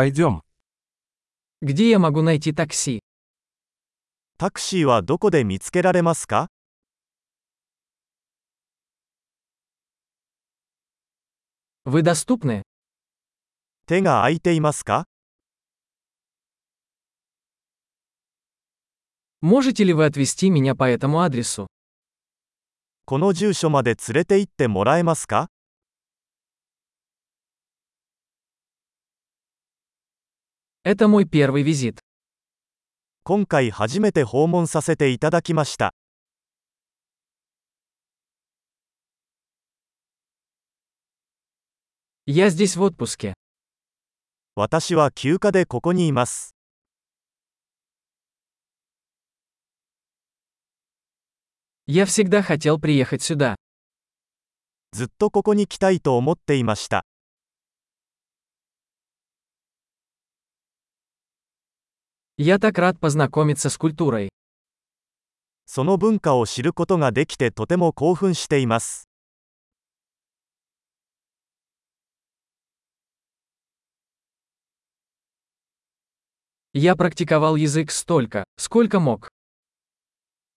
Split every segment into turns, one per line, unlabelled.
Пойдем.
Где я могу найти такси?
タクシーはどこで見つけられますか
Вы доступны?
手が空いていますか
Можете ли вы отвезти меня по этому адресу?
この住所まで連れて行ってもらえますか
Это мой первый визит.
今回初めて訪問させていただきました。
Я здесь в отпуске.
私は休暇でここにいます。
Я всегда хотел приехать сюда.
ずっとここに来たいと思っていました。
Я так рад познакомиться с культурой.
その文化を知ることができてとても興奮しています。
Я практиковал язык столько, сколько мог.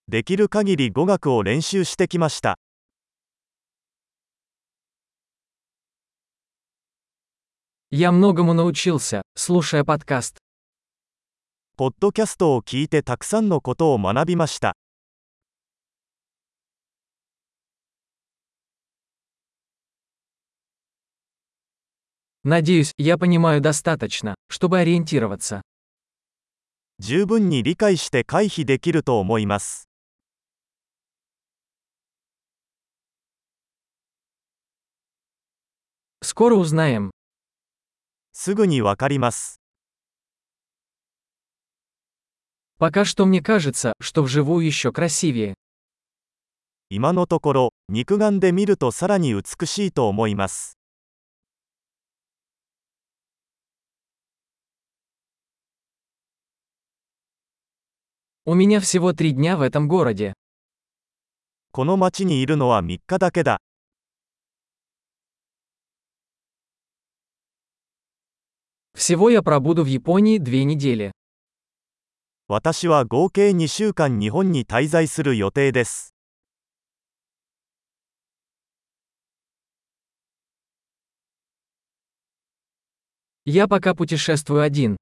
できる限り語学を練習してきました。
Я многому научился, слушая подкаст.
ポッドキャストを聞いてたくさんのことを学びました。
Надеюсь, я понимаю достаточно, чтобы ориентироваться.
十分に理解して回避できると思います。
Скоро узнаем.
すぐにわかります。
Пока что мне кажется, что вживую еще красивее.
今のところ、肉眼で見るとさらに美しいと思います。
У меня всего три дня в этом городе.
この町にいるのは3日だけだ。
Всего я пробуду в Японии две недели.
私は合計2週間日本に滞在する予定です。
Я пока путешествую один.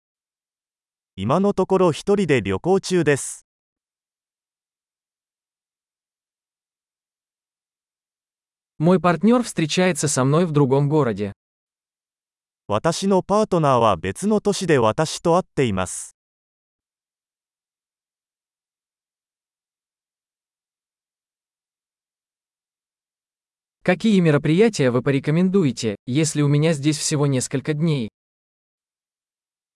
今のところ一人で旅行中です。
Мой партнер встречается со мной в другом городе.
私のパートナーは別の都市で私と会っています。
Какие мероприятия вы порекомендуете, если у меня здесь всего несколько дней?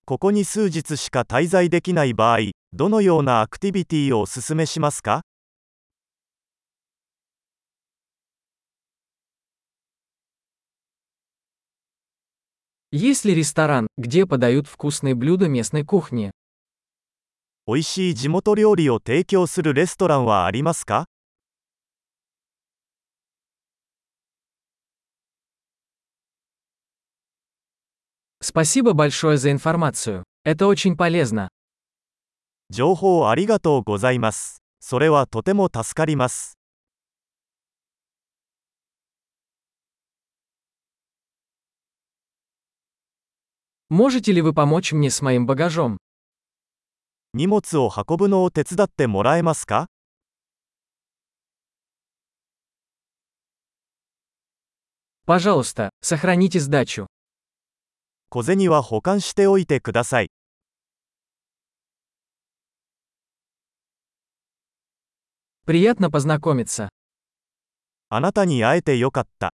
ここに数日しか滞在できない場合、どのようなアクティビティをお勧めしますか
Есть ли ресторан, где подают вкусные блюда местной кухни?
美味しい地元料理を提供するレストランはありますか
Спасибо большое за информацию. Это очень полезно.
情報ありがとうございます。それはとても助かります。
Можете ли вы помочь мне с моим багажом?
荷物を運ぶのを手伝ってもらえますか
Пожалуйста, сохраните сдачу.
小銭は保管しておいてください。
Приятно познакомиться.
あなたに会えてよかった。